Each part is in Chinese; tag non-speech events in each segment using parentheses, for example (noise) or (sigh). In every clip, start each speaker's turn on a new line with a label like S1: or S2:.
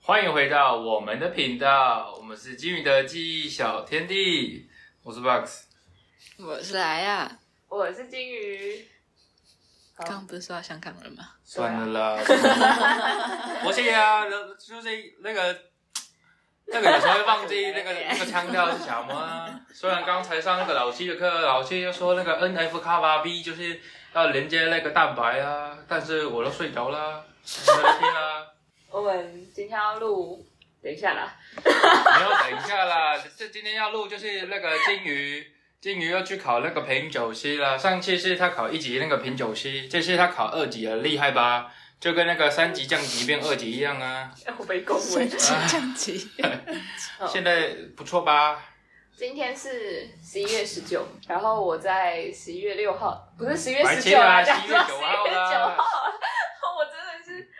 S1: 欢迎回到我们的频道，我们是金鱼的记忆小天地，我是 Box。
S2: 我是来呀，
S3: 我是金鱼。好
S2: 刚刚不是说要香港人吗？
S1: 算了啦，算了啦不是啊，就是那个那个有时候会忘记那个那个腔调是什么啊。虽然刚才上那个老师的课，老师又说那个 N F 卡巴 B 就是要连接那个蛋白啊，但是我都睡着啦，没得听啦。
S3: 我们今天要录，等一下啦，
S1: 你要等一下啦，这今天要录就是那个金鱼，金鱼要去考那个品酒师啦。上次是他考一级那个品酒师，这次他考二级了，厉害吧？就跟那个三级降级变二级一样啊。
S3: 哎我被恭
S2: 升
S3: 维
S2: 级。降级，
S3: 好
S1: 现在不错吧？
S3: 今天是十一月十九，然后我在十一月六号，不是十一月
S1: 白
S3: 十
S1: 切
S3: 九
S1: 啦，
S3: 啊，
S1: 十
S3: 讲 (laughs)
S1: 一月九
S3: 错十
S1: 号
S3: 一月九
S1: 啦
S3: 号，。啊 (laughs) 我真的是，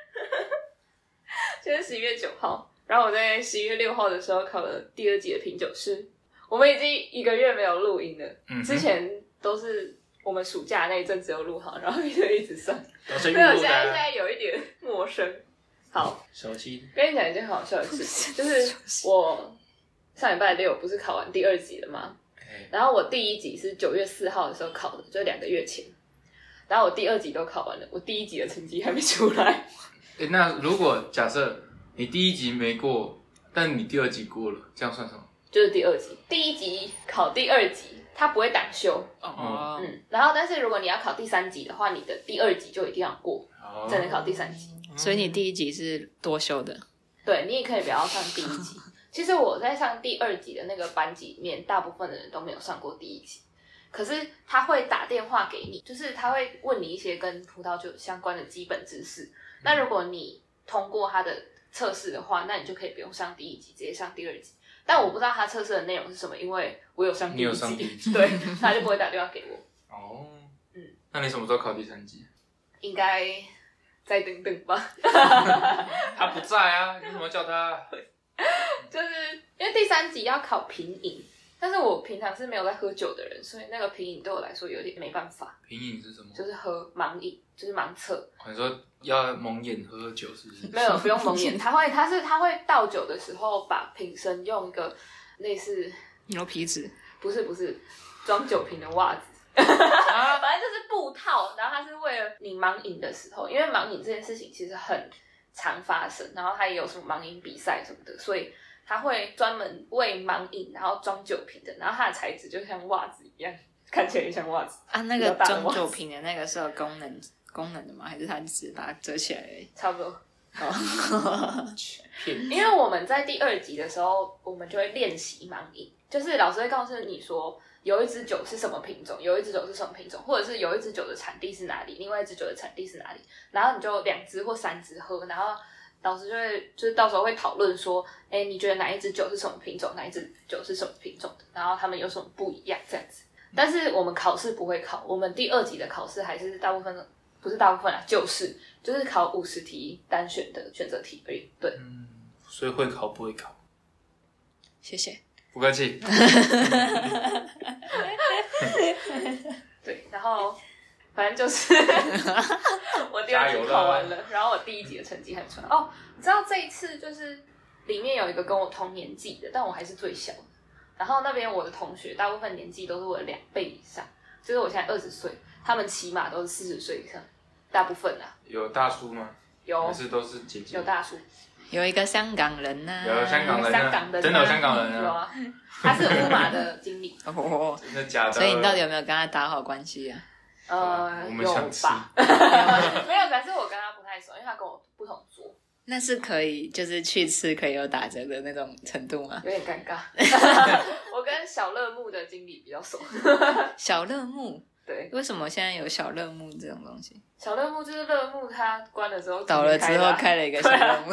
S3: 就是十一月九号。然后我在十一月六号的时候考了第二级的品酒师，我们已经一个月没有录音了，
S1: 嗯哼，
S3: 之前都是我们暑假那一阵子有录好，然后就一直上。
S1: 都是预
S3: (laughs) 没有，
S1: 录
S3: 现在现
S1: 的，
S3: 在有一点陌生。好，
S1: 手机
S3: 跟你讲一件很好笑的事，就是我上礼拜六不是考完第二级了吗？
S1: 哎
S3: 然后我第一级是九月四号的时候考的，就两个月前。然后我第二级都考完了，我第一级的成绩还没出来。 (laughs)
S1: 哎那如果假设你第一集没过，但你第二集过了，这样算什么？
S3: 就是第二级，第一级考第二级，它不会党修，
S2: 哦，
S3: 嗯。然后，但是如果你要考第三级的话，你的第二级就一定要过，
S1: 哦
S3: 才能考第三级。
S1: 嗯
S2: 所以你第一集是多修的，
S3: 对你也可以不要上第一集。其实我在上第二集的那个班级里面，大部分的人都没有上过第一集。可是他会打电话给你，就是他会问你一些跟葡萄酒相关的基本知识。那如果你通过他的测试的话，那你就可以不用上第一集，直接上第二集。但我不知道他测试的内容是什么，因为我有上第
S1: 你有
S3: 一
S1: 上第
S3: 集，
S1: 一集
S3: 对，他就不会打电话给我。
S1: 哦。
S3: 嗯
S1: 那你什么时候考第三集？
S3: 应该再等等吧。
S1: 他不在啊，你怎么叫
S3: (laughs)
S1: 他？
S3: 就是因为第三集要考品饮，但是我平常是没有在喝酒的人，所以那个品饮对我来说有点没办法，
S1: 品饮是什么？
S3: 就是喝盲饮，就是盲测，
S1: 哦你说要蒙眼喝酒是不是？
S3: 没有不用蒙眼，他会他是他会倒酒的时候把瓶身用一个类似
S2: 牛皮纸，
S3: 不是不是装酒瓶的袜子。 (laughs)
S1: 啊，
S3: 反正就是布套，然后它是为了你盲饮的时候，因为盲饮这件事情其实很常发生，然后它也有什么盲饮比赛什么的，所以它会专门为盲饮然后装酒瓶的，然后它的材质就像袜子一样，看起来也像袜子，
S2: 啊，那个装酒瓶的那个是有功能功能的吗？还是它只是把它遮起来而已？
S3: 差不多。
S2: 哦，
S1: 骗
S3: (laughs) 因为我们在第二集的时候，我们就会练习盲饮，就是老师会告诉你说。有一支酒是什么品种，有一支酒是什么品种，或者是有一支酒的产地是哪里，另外一支酒的产地是哪里，然后你就两支或三支喝，然后老师就会就是到时候会讨论说，哎，你觉得哪一支酒是什么品种，哪一支酒是什么品种的，然后他们有什么不一样这样子。但是我们考试不会考，我们第二级的考试还是大部分的，不是大部分啊，就是就是考五十题单选的选择题而已。对，
S1: 嗯，所以会考不会考？
S2: 谢谢。
S1: 不客
S3: (laughs)
S1: 气。
S3: 对，然后反正就是
S1: (laughs)
S3: 我第二
S1: 加油
S3: 集
S1: 啦
S3: 考完了，然后我第一集的成绩还出来。哦，你知道这一次就是里面有一个跟我同年纪的，但我还是最小的。然后那边我的同学大部分年纪都是我的两倍以上，就是我现在二十岁，他们起码都是四十岁以上，大部分啦，
S1: 有大叔吗？还
S3: 有
S1: 是都是姐姐？
S3: 有大叔，
S2: 有一个香港人呢、
S1: 有香港人啊
S3: 香港人啊，
S1: 真的有香港人啊
S3: 有啊，他是乌马的经理，
S2: 哦，
S1: 真的假的？哦
S2: 所以你到底有没有跟他打好关系啊？
S3: 呃，
S1: (laughs) 我们
S3: 有
S1: 想吃
S3: 吧？ (laughs) 没有，但是我跟他不太熟，因为他跟我不同桌，
S2: 那是可以，就是去吃可以有打折的那种程度吗？
S3: 有点尴尬。 (laughs) 我跟小乐木的经理比较熟，
S2: 小乐木，
S3: (laughs) 对，
S2: 为什么现在有小乐木这种东西？
S3: 小乐木就是乐木，他关了之后
S2: 倒了之后
S3: 开啊
S2: 开了一个小乐木，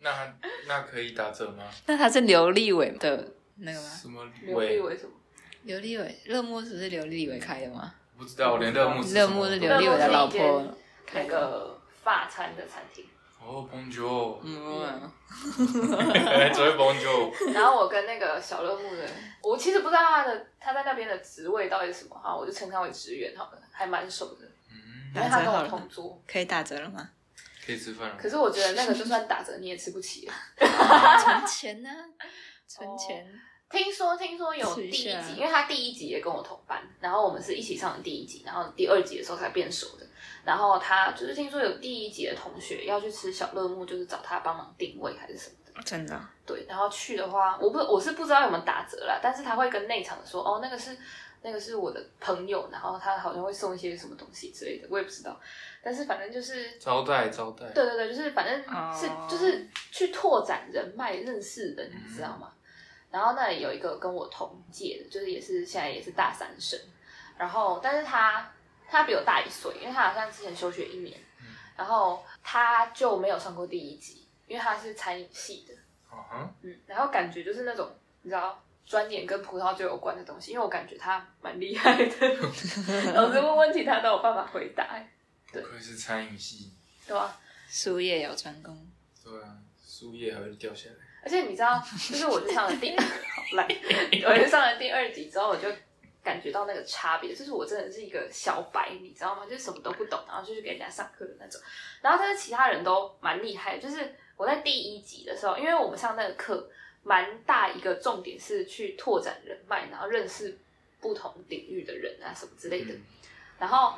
S1: 那他那可以打折吗？
S2: (laughs) 那他是刘立伟的那个吗？
S1: 什么
S3: 的啊，你以
S1: 尾？
S3: 为什么？
S2: 刘立伟，乐木是不是刘立伟开的吗？
S1: 不知道，我连乐木
S3: 嗯
S1: 是
S2: 乐木是
S1: 什么
S2: 刘立伟的老婆
S3: 那
S2: 开的。
S3: 个法餐的餐厅，
S1: 哦，Bonjour， (laughs)
S2: 嗯，
S1: 只会 Bonjour。
S3: 然后我跟那个小乐木的，我其实不知道他的他在那边的职位到底是什么哈，我就称他为职员好了，还蛮熟的，因
S1: 嗯，
S3: 为他跟我同桌，
S2: 可以打折了吗？
S1: 可以吃饭了。
S3: 可是我觉得那个就算打折你也吃不起。
S2: (laughs) 存钱呢、存钱。
S3: 听说听说有
S2: 试
S3: 第
S2: 一
S3: 一集
S2: 下，
S3: 因为他第一集也跟我同班，然后我们是一起上的第一集，然后第二集的时候才变熟的。然后他就是听说有第一集的同学要去吃小乐木，就是找他帮忙定位还是什么的。
S2: 哦真的，
S3: 对，然后去的话，我不我是不知道有没有打折啦，但是他会跟内场说，哦，那个是那个是我的朋友，然后他好像会送一些什么东西之类的，我也不知道。但是反正就是
S1: 招待招待，
S3: 对对对，就是反正是、
S2: 哦
S3: 就是去拓展人脉、认识人，你知道吗？然后那里有一个跟我同届的，就是也是现在也是大三生，然后但是他他比我大一岁，因为他好像之前休学一年，然后他就没有上过第一集，因为他是餐饮系的，
S1: 嗯哼，
S3: 嗯，然后感觉就是那种你知道。钻研跟葡萄酒有关的东西，因为我感觉他蛮厉害的，老师问问题他都有办法回答、欸
S1: 不愧是餐饮系，
S3: 对吧、
S2: 术业有专攻，
S1: 对啊，树叶还会掉下来，
S3: 而且你知道，就是我去上了第 (laughs) 好烂，我去上了第二集之后，我就感觉到那个差别，就是我真的是一个小白，你知道吗？就是什么都不懂，然后就去给人家上课的那种。然后但是其他人都蛮厉害的，就是我在第一集的时候，因为我们上那个课，蛮大一个重点是去拓展人脉，然后认识不同领域的人啊什么之类的。
S1: 嗯
S3: 然后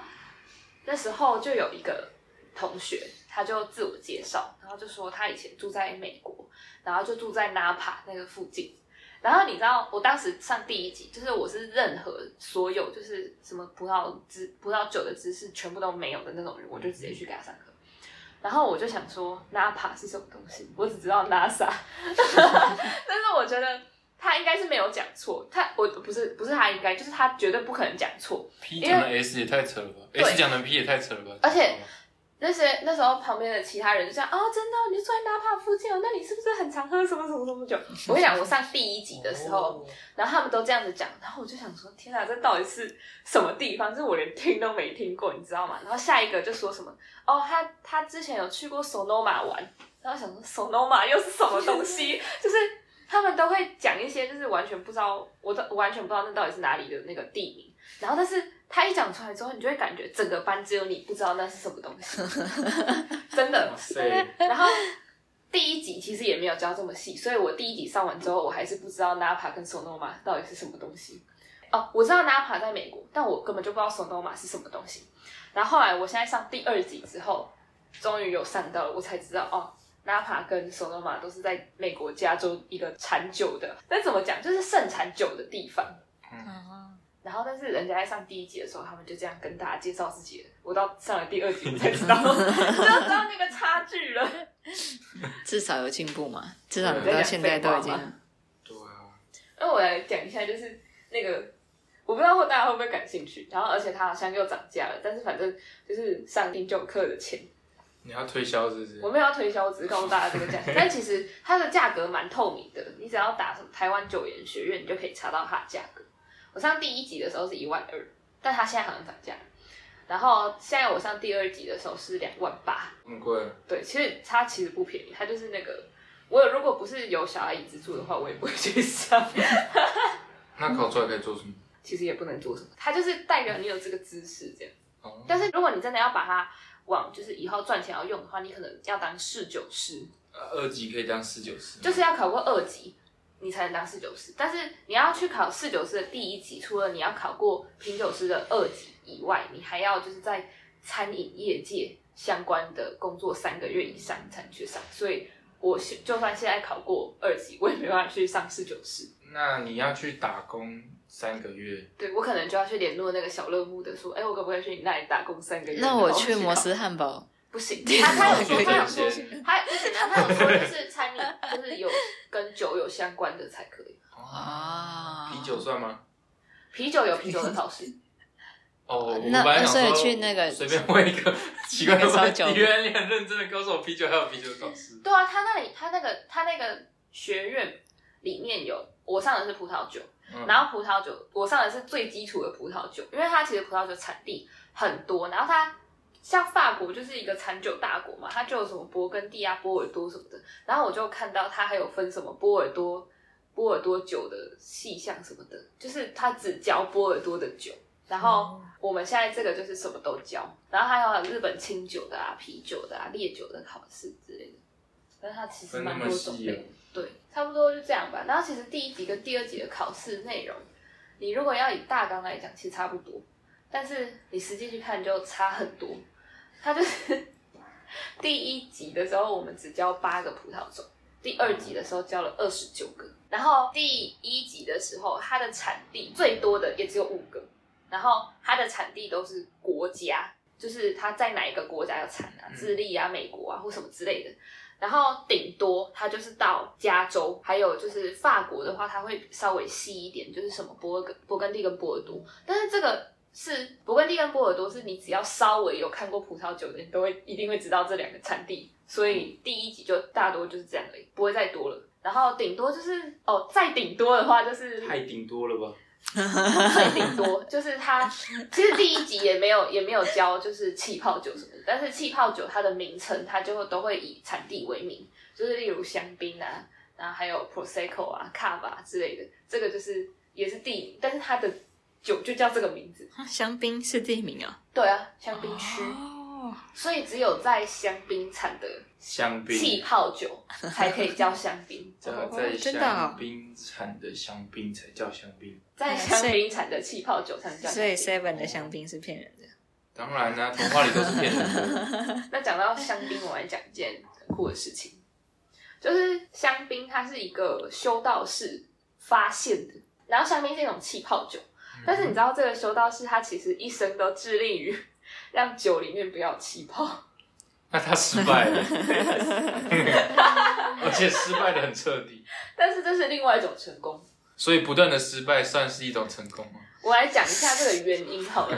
S3: 那时候就有一个同学，他就自我介绍，然后就说他以前住在美国，然后就住在 Napa 那个附近。然后你知道，我当时上第一集，就是我是任何所有就是什么葡萄知葡萄酒的知识全部都没有的那种人，我就直接去给他上课。然后我就想说，Napa 是什么东西？我只知道 NASA，但是我觉得他应该是没有讲错，他我不是不是他应该，就是他绝对不可能讲错，
S1: ，P
S3: 因为
S1: 讲的 S 也太扯了吧
S3: 对
S1: ，S 讲的 P 也太扯了吧，
S3: 而且那些那时候旁边的其他人就讲啊、真的哦、你就住在纳帕附近哦，那你是不是很常喝什么什么什么酒？我跟你讲，我上第一集的时候，
S1: 哦，
S3: 然后他们都这样子讲，然后我就想说，天哪，这到底是什么地方？这我连听都没听过，你知道吗？然后下一个就说什么哦，他他之前有去过 Sonoma 玩，然后想说 Sonoma 又是什么东西？ (laughs) 就是他们都会讲一些，就是完全不知道，我都我完全不知道那到底是哪里的那个地名。然后，但是他一讲出来之后，你就会感觉整个班只有你不知道那是什么东西， (laughs) 真的
S1: 哇。塞，
S3: 然后第一集其实也没有教这么细，所以我第一集上完之后，我还是不知道 Napa 跟 Sonoma 到底是什么东西。哦，我知道 Napa 在美国，但我根本就不知道 Sonoma 是什么东西。然后后来我现在上第二集之后，终于有上到了，我才知道哦，Napa 跟 Sonoma 都是在美国加州一个产酒的，那怎么讲就是盛产酒的地方。
S2: 哦，
S3: 然后，但是人家在上第一集的时候，他们就这样跟大家介绍自己了。我到上了第二集，我才知道， (laughs) 我就知道那个差距了。
S2: 至少有进步嘛，至少
S1: 对
S2: 你到
S3: 在
S2: 现在都已
S3: 讲废话
S2: 经
S1: 对啊，
S3: 那我来讲一下，就是那个我不知道会大家会不会感兴趣，然后而且它好像又涨价了，但是反正就是上品酒课的钱，
S1: 你要推销是不是
S3: 我？没有要推销，我只是告诉大家这个价钱。但其实它的价格蛮透明的，你只要打什么台湾酒研学院，你就可以查到它的价格。我上第一集的时候是一万二，但它现在好像涨价了。然后现在我上第二集的时候是两万八，
S1: 很贵，
S3: 对，其实它其实不便宜，它就是那个我有如果不是有小阿姨资助的话，我也不会去上。
S1: 那烤出来可以做什么？
S3: 其实也不能做什么，它就是代表你有这个知识这样。
S1: 哦
S3: 但是如果你真的要把它往就是以后赚钱要用的话，你可能要当侍酒师，
S1: 哦二级可以当侍酒师，
S3: 就是要考过二级，你才能当侍酒师。但是你要去考侍酒师的第一级，除了你要考过品酒师的二级以外，你还要就是在餐饮业界相关的工作三个月以上你才能去上。所以我是就算现在考过二级，我也没办法去上侍酒师。
S1: 那你要去打工三个月，
S3: 对我可能就要去联络那个小乐木的，说，哎、我可不可以去你那里打工三个月？
S2: 那我去
S3: 然后
S2: 摩
S3: 考
S2: 斯汉堡，
S3: 不行，他啊他有说，他有说
S1: 有限，
S3: 他不行啊，他有说就是餐饮，就是有跟酒有相关的才可以，
S2: 哦
S1: 啤酒算吗？
S3: 啤酒有啤酒的考试，
S1: 哦，我本
S2: 那
S1: 来想
S2: 那
S1: 说
S2: 所以去那个
S1: 随便问一
S2: (laughs)
S1: 个奇怪的
S2: 那个烧
S1: 问题，
S2: 酒
S1: 你原来你很认真的告诉我啤酒还有啤酒考试，
S3: (laughs) 对啊，他那里他那个他那个学院里面有，我上的是葡萄酒，
S1: 嗯
S3: 然后葡萄酒我上的是最基础的葡萄酒，因为它其实葡萄酒产地很多，然后它像法国就是一个产酒大国嘛，它就有什么勃艮第啊、波尔多什么的，然后我就看到它还有分什么波尔多。波尔多酒的细项什么的，就是它只教波尔多的酒，然后我们现在这个就是什么都教，然后还有日本清酒的啊、啤酒的啊、烈酒的考试之类的，但它其实
S1: 分那
S3: 蛮
S1: 么
S3: 多种
S1: 细
S3: 类
S1: 哦
S3: 的。对，差不多就这样吧。然后其实第一集跟第二集的考试内容，你如果要以大纲来讲，其实差不多，但是你实际去看就差很多。它就是 (laughs) 第一集的时候，我们只教八个葡萄种。第二集的时候教了二十九个，然后第一集的时候，它的产地最多的也只有五个，然后它的产地都是国家，就是它在哪一个国家有产啊，
S1: 嗯
S3: 智利啊、美国啊或什么之类的。然后顶多它就是到加州，还有就是法国的话，它会稍微细一点，就是什么勃艮勃艮第跟波尔多。但是这个是勃艮第跟波尔多，是你只要稍微有看过葡萄酒的，你都会一定会知道这两个产地。所以第一集就大多就是这样而已，不会再多了。然后顶多就是哦，再顶多的话就是
S1: 太顶多了吧？
S3: 最顶多就是它，其实第一集也没有也没有教就是气泡酒什么的，但是气泡酒它的名称它就都会以产地为名，就是例如香槟啊，然后还有 prosecco 啊、cava 啊之类的，这个就是也是地名，但是它的酒就叫这个名字。
S2: 啊香槟是地名啊，
S3: 对啊，香槟区，
S2: 哦，
S3: 所以只有在香槟产的
S1: 香槟，，
S3: 气泡酒才可以叫香槟
S1: 在在
S2: 真的哦
S1: 香槟产的香槟才叫香槟。
S3: 在香槟产的气泡酒才能叫
S2: 所以
S3: 香
S2: Seven 的香槟是骗人的。
S1: 当然啦、童话里都是骗人的。
S3: 槟。那讲到香槟，我来讲一件很酷的事情，就是香槟它是一个修道士发现的，然后香槟是一种气泡酒， (laughs)
S1: 嗯
S3: 但是你知道这个修道士他其实一生都致力于 (laughs) 让酒里面不要有气泡，
S1: 那他失败了，而且失败的很彻底，
S3: 但是这是另外一种成功。
S1: 所以不断的失败算是一种成功吗？
S3: 我来讲一下这个原因好了。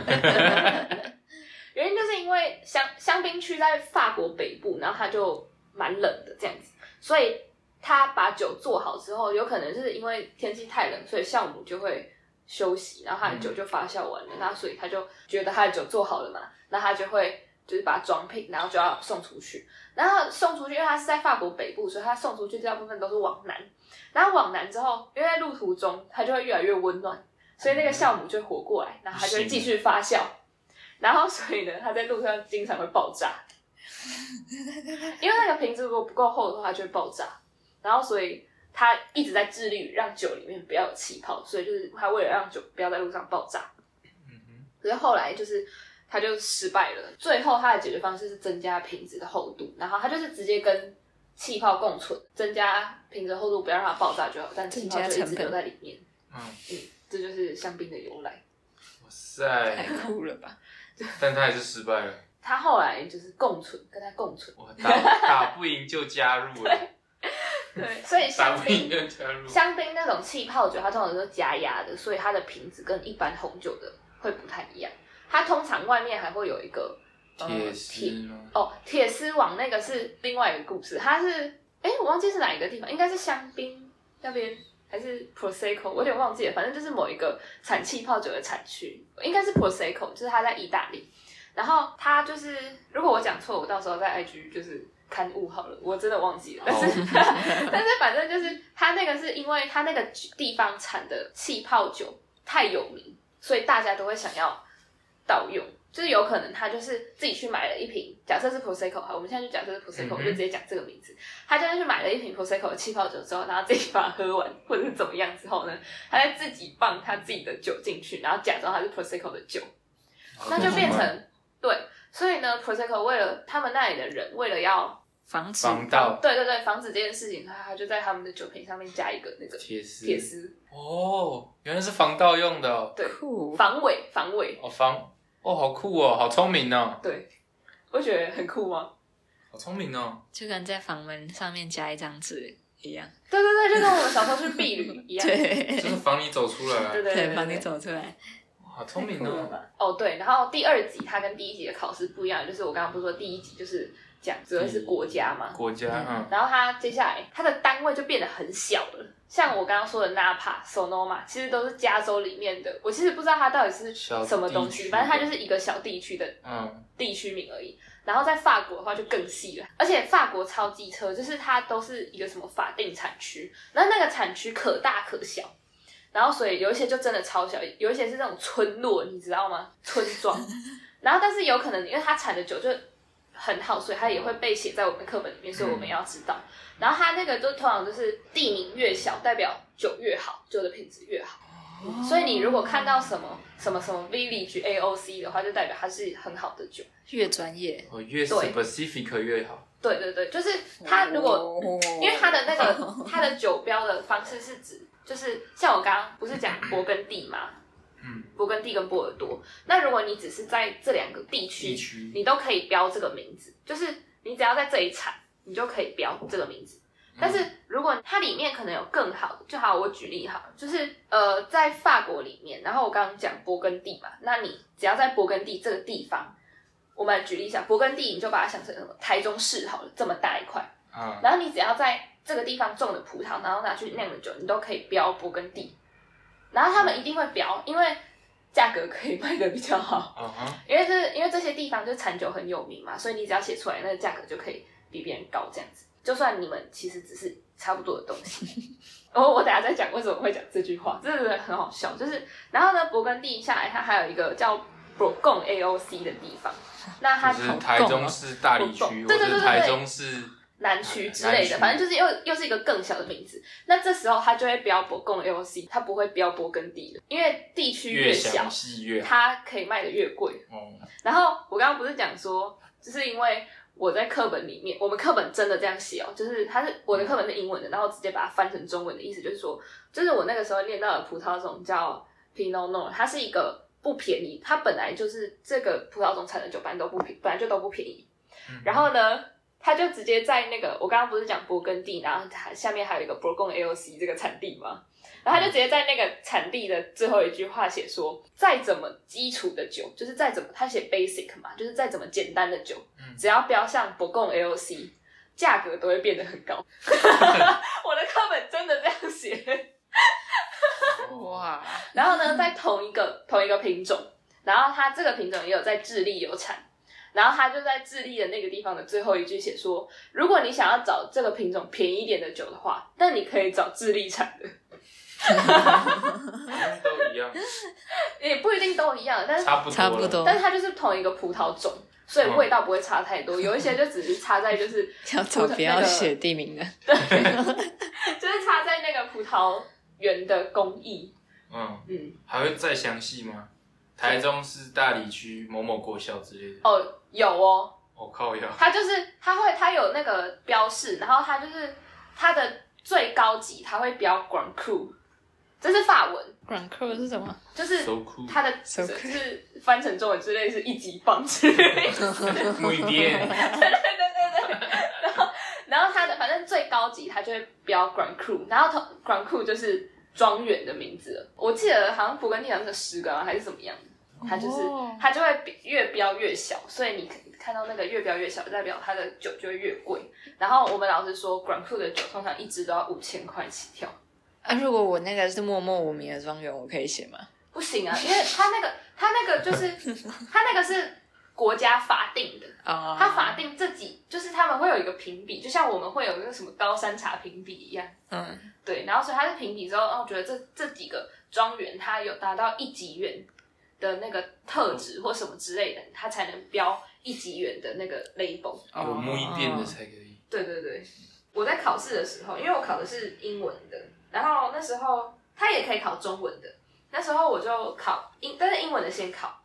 S3: 原因就是因为香香槟区在法国北部，然后它就蛮冷的这样子，所以他把酒做好之后，有可能是因为天气太冷，所以酵母就会休息，然后他的酒就发酵完了，那所以他就觉得他啊的酒做好了嘛，那他就会就是把它装瓶，然后就要送出去，然后送出去，因为它是在法国北部，所以它送出去大部分都是往南，然后往南之后，因为在路途中它就会越来越温暖，所以那个酵母就会活过来，然后它就会继续发酵，然后所以呢，它在路上经常会爆炸，因为那个瓶子如果不够厚的话，它就会爆炸。然后所以他一直在致力于让酒里面不要有气泡，所以就是他为了让酒不要在路上爆炸。
S1: 嗯哼，
S3: 可是后来就是他就失败了，最后他的解决方式是增加瓶子的厚度，然后他就是直接跟气泡共存，增加瓶子厚度，不要让它爆炸就好，但气泡就一直留在里面。
S1: 嗯，
S3: 嗯，这就是香槟的由来。
S1: 哇塞，
S2: 太酷了吧！
S1: 但他还是失败了，
S3: 他后来就是共存，跟它共存。
S1: 我打打不赢就加入了，
S3: 对，所以
S1: 打
S3: 香
S1: 不赢
S3: 槟
S1: 就加入，
S3: 香槟那种气泡酒，它通常都是加压的，所以它的瓶子跟一般红酒的会不太一样。它通常外面还会有一个呃
S1: 铁丝吗？
S3: 哦，铁丝网那个是另外一个故事，它是哎、我忘记是哪一个地方，应该是香槟那边还是 Prosecco，我有点忘记了，反正就是某一个产气泡酒的产区，应该是 Prosecco，就是它在意大利。然后它就是，如果我讲错，我到时候在 IG 就是刊物好了，我真的忘记了。但是， (laughs) 但是反正就是它那个是因为它那个地方产的气泡酒太有名，所以大家都会想要盗用。就是有可能他就是自己去买了一瓶，假设是 prosecco 好，我们现在就假设是 prosecco，、
S1: 嗯哼
S3: 我就直接讲这个名字。他就是去买了一瓶 prosecco 的气泡酒之后，然后自己把它喝完或者是怎么样之后呢，他再自己放他自己的酒进去，然后假装它是 prosecco 的酒。
S1: 哦
S3: (laughs) 那就变成对，所以呢，Prosecco 为了他们那里的人，为了要
S2: 防止
S1: 防盗
S3: 对对对防止这件事情，他他就在他们的酒瓶上面加一个那个
S1: 铁丝，
S3: 铁丝
S1: 哦，原来是防盗用的哦，
S2: 酷，
S3: 防伪防伪，
S1: 哦防，哦好酷哦，好聪明哦，
S3: 对，我觉得很酷吗？
S1: 好聪明哦，
S2: 就跟在房门上面加一张纸一样。
S3: 对对对，就跟我们小时候去避旅一样，对
S2: (laughs) 对
S1: 就是防你走出
S3: (laughs)
S1: 来
S3: 对
S1: 啊，
S3: 对
S2: 对，
S3: 对，
S2: 帮你
S3: 对。
S2: 走出来。
S1: 好聪明哦，
S3: 哦对，然后第二集它跟第一集的考试不一样，就是我刚刚不是说第一集就是讲主要是国家嘛，
S1: 国家嗯，
S3: 然后它接下来它的单位就变得很小了，像我刚刚说的 Napa、Sonoma，其实都是加州里面的。我其实不知道它到底是
S1: 小
S3: 什么东
S1: 地
S3: 西，
S1: 区
S3: 反正它就是一个小地区的
S1: 嗯，
S3: 地区名而已。然后在法国的话就更细了，而且法国超机车就是它都是一个什么法定产区，然后那个产区可大可小，然后所以有一些就真的超小，有一些是那种村落，你知道吗？村庄。然后但是有可能因为它产的酒就很好，所以它也会被写在我们课本里面，所以我们也要知道。然后它那个就通常就是地名越小，代表酒越好，酒的品质越好。所以你如果
S2: 哦
S3: 看到什么什么什么 village AOC 的话，就代表它是很好的酒。
S2: 越专业，
S1: 我哦越
S3: 对
S1: specific 越好。
S3: 对对对，就是它如果
S2: 哦
S3: 因为它的那个它的酒标的方式是指，就是像我刚刚不是讲勃艮第嘛，
S1: 嗯，
S3: 勃艮第跟波尔多。那如果你只是在这两个地区，
S1: 地区嗯
S3: 你都可以标这个名字，就是你只要在这里产，你就可以标这个名字。但是如果它里面可能有更好的，就好，我举例哈，就是呃，在法国里面，然后我刚刚讲勃艮第嘛，那你只要在勃艮第这个地方，我们举例一下，勃艮第你就把它想成什么台中市好了，这么大一块，
S1: 啊，
S3: 然后你只要在这个地方种的葡萄，然后拿去酿的酒，你都可以标勃艮第。然后他们一定会标，因为价格可以卖的比较好，
S1: 嗯哼，
S3: 因为这因为这些地方就是产酒很有名嘛，所以你只要写出来，那个价格就可以比别人高这样子。就算你们其实只是差不多的东西， (laughs) 然后我等一下再讲为什么会讲这句话，真的很好笑。就是然后呢，勃艮第下来，它还有一个叫勃贡 AOC 的地方，那它
S1: 就是台中市大理
S3: 好
S1: 区，
S3: 懂
S1: 或
S3: 对对对对
S1: 者
S3: 对
S1: 台中市
S3: 南区之类
S1: 南
S3: 的，
S1: 区
S3: 反正就是又又是一个更小的名字。那这时候它就会标勃艮 AOC，它不会标勃艮第的，因为地区
S1: 越
S3: 小
S1: 详，细越好。
S3: 它可以卖的越贵。
S1: 哦，
S3: 然后我刚刚不是讲说，就是因为我在课本里面，我们课本真的这样写哦，就是它是我的课本是英文的，然后直接把它翻成中文的意思就是说，就是我那个时候念到的葡萄种叫 Pinot Noir，它是一个不便宜，它本来就是这个葡萄种产的酒本来都不便，本来就都不便宜。
S1: 嗯
S3: 然后呢，他就直接在那个我刚刚不是讲勃艮第，然后它下面还有一个勃艮 AOC 这个产地吗？然后他就直接在那个产地的最后一句话写说，再怎么基础的酒，就是再怎么他写 basic 嘛，就是再怎么简单的酒
S1: 嗯，
S3: 只要标上勃艮 AOC，价格都会变
S1: (laughs)
S3: 得很高。 (laughs) 我的课本真的这样写。
S2: (laughs) 哇，
S3: 然后呢，在同一个同一个品种，然后它这个品种也有在智利有产，然后它就在智利的那个地方的最后一句写说，如果你想要找这个品种便宜一点的酒的话，那你可以找智利产的，
S1: 嗯都一
S3: (laughs)
S1: 样，
S3: 也不一定都一样，但是
S1: 差不多了，嗯
S2: 差不多
S3: 但是它就是同一个葡萄种，所以味道不会差太多。有一些就只是差在就是
S2: (laughs) (laughs) 要找不要写地名的，
S3: 就是差在那个葡萄园的工艺，
S1: 嗯，
S3: 嗯，
S1: 还会再详细吗？台中市大理区某某国小之类的。
S3: 哦，有哦，
S1: 我、靠呀！
S3: 它就是它会它有那个标示，然后它就是它的最高级，它会标 Grand Cru，这是法文，
S2: 软扣是什么？
S3: 就是
S1: 手酷，
S3: 它的
S2: So
S3: 就
S2: cool
S3: 是翻成中文之类是一级棒之类的， (laughs)
S1: 木一边，
S3: 对对对对，然后然后它的反正最高级它就会标 Grand Cru，然后同 Grand Cru 就是庄园的名字了，我记得好像勃艮第好像是十个啊还是怎么样。它就是
S2: 哦
S3: 它就会比越标越小，所以你看到那个越标越小，代表它的酒就会越贵。然后我们老师说，Grand Cru 的酒通常一支都要五千块起跳，
S2: 啊，如果我那个是默默无名的庄园，我可以写吗？
S3: 不行啊，因为它那个它那个就是它那个是国家法定的，
S2: 啊，
S3: 它法定这几就是他们会有一个评比，就像我们会有那个什么高山茶评比一样。
S2: 嗯，
S3: 对，然后所以它是评比之后，哦，我觉得这这几个庄园它有达到一级园的那个特质或什么之类的，它才能标一级园的那个 label。
S1: 有木一边的
S2: 哦
S1: 才可以。
S3: 对对对，我在考试的时候，因为我考的是英文的，然后那时候它也可以考中文的，那时候我就考英，但是英文的先考，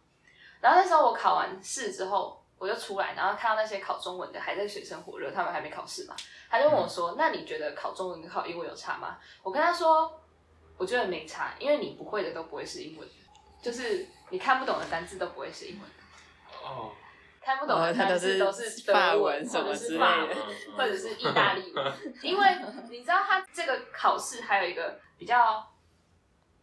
S3: 然后那时候我考完试之后。我就出来，然后看到那些考中文的还在水深火热，他们还没考试嘛，他就问
S2: 嗯
S3: 我说：“那你觉得考中文跟考英文有差吗？”我跟他说：“我觉得没差，因为你不会的都不会是英文，就是你看不懂的单字都不会是英文。”
S1: 哦，
S3: 看不懂的单词都是德
S2: 法文
S3: 文
S2: 什
S3: 或
S2: 么之
S3: 者是
S2: 类
S3: 法
S2: 的
S3: 文，或者是意大利
S1: (laughs)
S3: 文，因为你知道它这个考试还有一个比较，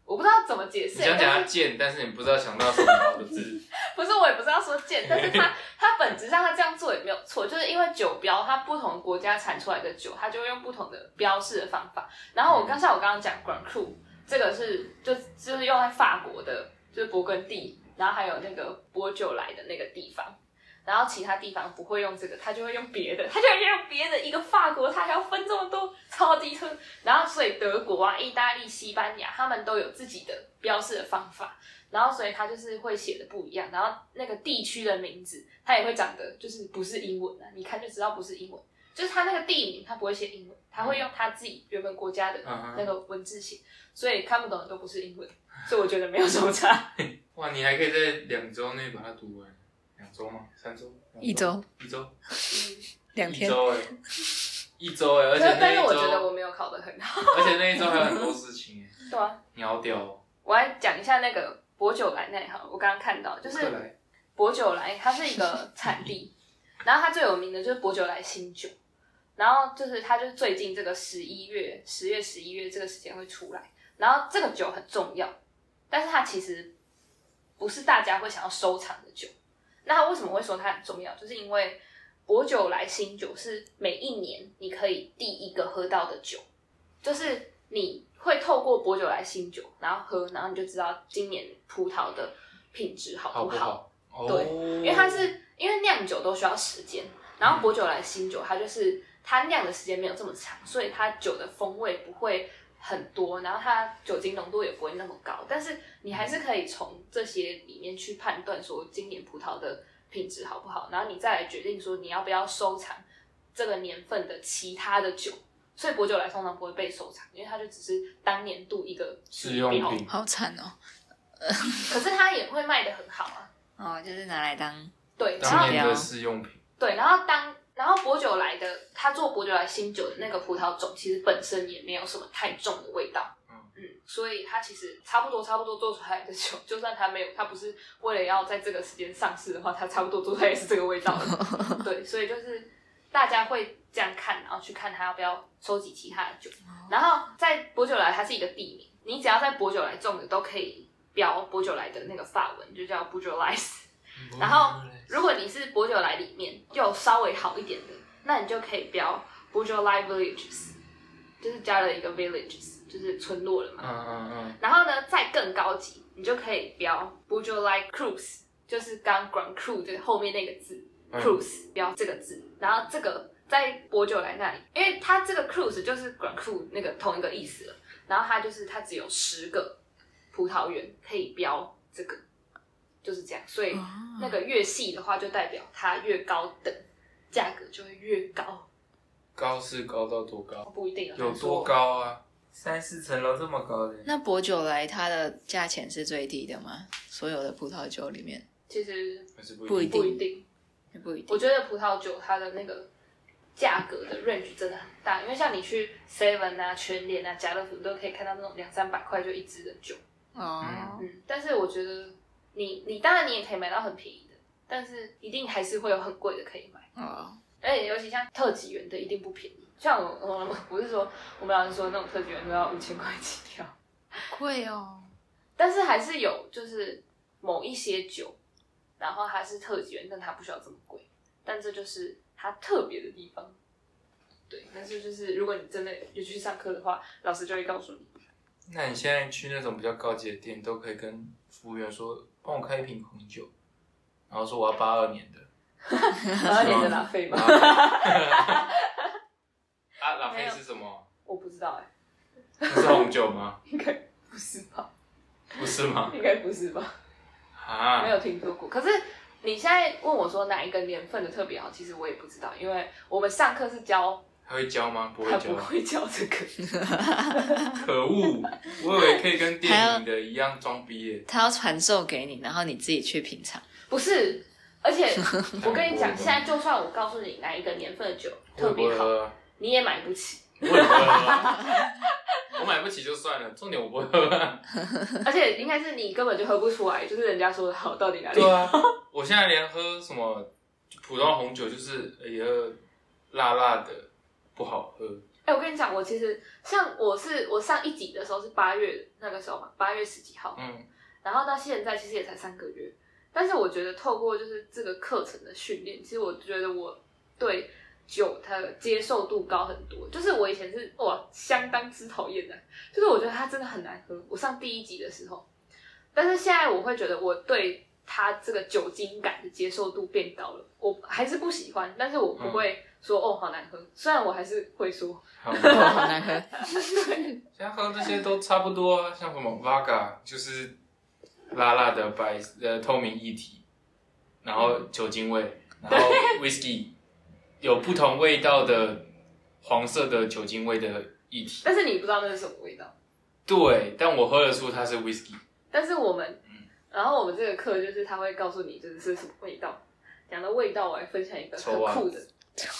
S3: 我不知道怎么解释
S1: 你，想讲啊
S3: 但
S1: 它
S3: 是
S1: 贱，但是你不知道想到什么好的字。
S3: 不是我也不知道说贱，但是
S1: (laughs)
S3: 它它本质上它这样做也没有错，就是因为酒标它不同国家产出来的酒，它就会用不同的标示的方法。
S1: 嗯
S3: 然后我刚像我刚刚讲 Grand Cru 这个是就就是用在法国的，就是勃艮第，然后还有那个波就来的那个地方。然后其他地方不会用这个，他就会用别的，他就会用别的一个法国，他还要分这么多，超级粗。然后所以德国啊、意大利、西班牙他们都有自己的标示的方法，然后所以它就是会写的不一样，然后那个地区的名字它也会长得就是不是英文啊，你看就知道不是英文，就是它那个地名它不会写英文，它会用它自己原本国家的
S1: 嗯
S3: 那个文字写，所以看不懂的都不是英文，所以我觉得没有什么差。
S1: 哇，你还可以在两周内把它读完，两周吗？三周？两
S2: 一？周
S1: 一周？
S2: 两
S1: 一
S2: 天，
S1: 周哎、一周哎、而且
S3: 但
S1: 那
S3: 但
S1: 一
S3: 是
S1: 周，
S3: 我觉得我没有考得很好。
S1: 而且那一周还有很多事情哎、
S3: 对啊，
S1: 你好屌哦！
S3: 我来讲一下那个博九莱那一行，我刚刚看到就
S1: 克
S3: 是
S1: 莱
S3: 博九莱，它是一个产地，然后它最有名的就是博九莱新酒，然后就是它就是最近这个十一月、十月、十一月这个时间会出来，然后这个酒很重要，但是它其实不是大家会想要收藏的酒。那它为什么会说它很重要？就是因为博酒来新酒是每一年你可以第一个喝到的酒，就是你会透过博酒来新酒，然后喝，然后你就知道今年葡萄的品质好
S1: 好
S3: 不
S1: 不
S3: 好。
S1: 好？哦
S3: 对，因为它是因为酿酒都需要时间，然后薄酒来新酒，它就是它酿的时间没有这么长，所以它酒的风味不会很多，然后它酒精浓度也不会那么高，但是你还是可以从这些里面去判断说今年葡萄的品质好不好，然后你再来决定说你要不要收藏这个年份的其他的酒。所以薄酒来通常不会被收藏，因为它就只是当年度一个
S1: 日用
S3: 标
S1: 品，
S2: 好惨哦。
S3: 可是它也会卖的很好啊。
S2: 哦，就是拿来当
S3: 对，然后
S1: 当
S2: 啊
S1: 年的试用品。
S3: 对，然后当然后薄酒来的，他做薄酒来新酒的那个葡萄种，其实本身也没有什么太重的味道。
S1: 嗯
S3: 嗯，所以它其实差不多差不多做出来的酒，就算它没有，它不是为了要在这个时间上市的话，它差不多做出来也是这个味道的。对，所以就是大家会这样看，然后去看它要不要收集其他的酒。然后在薄酒来，它是一个地名，你只要在薄酒来种的，都可以标薄酒来的那个法文，就叫 b o u r g e l i s 然后如果你是博酒来里面又稍微好一点的，那你就可以标 b o u r g e l i villages，就是加了一个 villages，就是村落了嘛。
S1: 嗯嗯嗯，
S3: 然后呢，再更高级，你就可以标 b o u r g e l i cruise，就是刚 Grand Cru 的后面那个字、
S1: 嗯
S3: cruise 标这个字，然后这个在博酒来那里，因为它这个 cruise 就是 Grand Cru 那个同一个意思了，然后它就是它只有十个葡萄园可以标这个，就是这样，所以。
S2: 啊
S3: 那个越细的话，就代表它越高等，价格就会越高，
S1: 高是高到多高？
S3: 不一定啊
S1: 有多？高啊？三四层楼这么高的，
S2: 那薄酒来它的价钱是最低的吗？所有的葡萄酒里面
S3: 其实
S1: 还是不
S2: 不一定
S3: 不一定。
S2: 也不一定
S3: 我。觉得葡萄酒它的那个价格的 range 真的很大，因为像你去 Seven 啊、全联啊、家乐福都可以看到那种两三百块就一支的酒。
S2: 哦，
S3: 嗯，但是我觉得你你当然你也可以买到很便宜的，但是一定还是会有很贵的可以买。
S2: 哦，
S3: 而且尤其像特级园的一定不便宜，像我我我不是说我们老师说那种特级园都要五千块起跳。
S2: 贵哦。
S3: 但是还是有就是某一些酒，然后它是特级园，但它不需要这么贵，但这就是它特别的地方。对，但是就是如果你真的有去上课的话，老师就会告诉你。
S1: 那你现在去那种比较高级的店，都可以跟服务员说，帮我开一瓶红酒，然后说我要八二
S3: (laughs)
S1: 年的。
S3: 八年的拉菲
S1: (laughs)
S3: 吗？
S1: 啊，拉菲是什么？
S3: 我不知道哎、
S1: 那是红酒吗？
S3: 应该不是
S1: (laughs)
S3: 吧？
S1: 不是吗？
S3: 应该不是吧？没
S1: 啊，
S3: 有听说过。可是你现在问我说哪一个年份的特别好，其实我也不知道，因为我们上课是教，
S1: 他会教吗？不会
S3: 他
S1: 教
S3: 不。会教这个。
S1: 可恶，我以为可以跟电影的一样装逼耶。
S2: 他要传授给你，然后你自己去品尝。
S3: 不是，而且我跟
S1: 我也
S3: 你
S1: 不会
S3: 讲，现在就算我告诉你哪一个年份的酒
S1: 我
S3: 特
S1: 也不会
S3: 别好，
S1: 喝啊，
S3: 你也买不起。
S1: 我也不会喝啊。我买不起就算了，重点我不会喝啊。
S3: 而且应该是你根本就喝不出来，就是人家说的好到底哪里
S1: 对。啊，我现在连喝什么普通红酒，就是哎呀，辣辣的不好喝。
S3: 哎、我跟你讲，我其实像我是我上一集的时候是八月那个时候嘛，八月十几号，
S1: 嗯，
S3: 然后到现在其实也才三个月，但是我觉得透过就是这个课程的训练，其实我觉得我对酒它的接受度高很多。就是我以前是哇相当之讨厌的，就是我觉得它真的很难喝。我上第一集的时候，但是现在我会觉得我对它这个酒精感的接受度变高了。我还是不喜欢，但是我不会说哦好难喝，虽然我还是会说，
S1: 好，
S2: 哇哦好
S1: (laughs)
S2: 难喝，
S1: 现在喝这些都差不多啊，像什么 Vaga 就是辣辣的白呃透明液体，然后酒精味，然后 Whisky 有不同味道的黄色的酒精味的液体。
S3: 但是你不知道那是什么味道。
S1: 对，但我喝得出它是 Whisky。
S3: 但是我们
S1: 嗯，
S3: 然后我们这个课就是他会告诉你就是是什么味道。讲到味道，我还分享一个很
S1: 臭袜
S3: 酷的，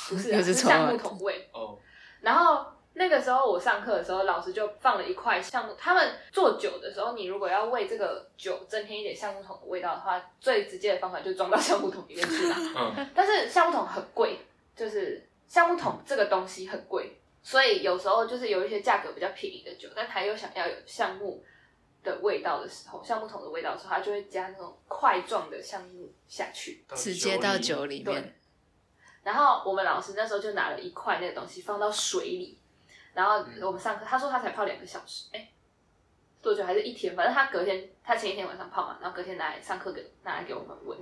S3: 不是、啊、
S2: 又是
S3: 是
S2: 臭袜
S3: 橡木桶味。
S1: 哦，
S3: 然后那个时候我上课的时候，老师就放了一块橡木。他们做酒的时候，你如果要为这个酒增添一点橡木桶的味道的话，最直接的方法就是装到橡木桶里面去嘛。
S1: 嗯，
S3: 但是橡木桶很贵，就是橡木桶这个东西很贵，所以有时候就是有一些价格比较便宜的酒，但他又想要有橡木的味道的时候，橡木桶的味道的时候，他就会加那种块状的橡木下去。
S2: 直接到酒里面
S3: 对，然后我们老师那时候就拿了一块那个东西放到水里，然后我们上课，他说他才泡两个小时，哎，多久还是一天？反正他隔天，他前一天晚上泡嘛，然后隔天拿来上课给拿来给我们闻，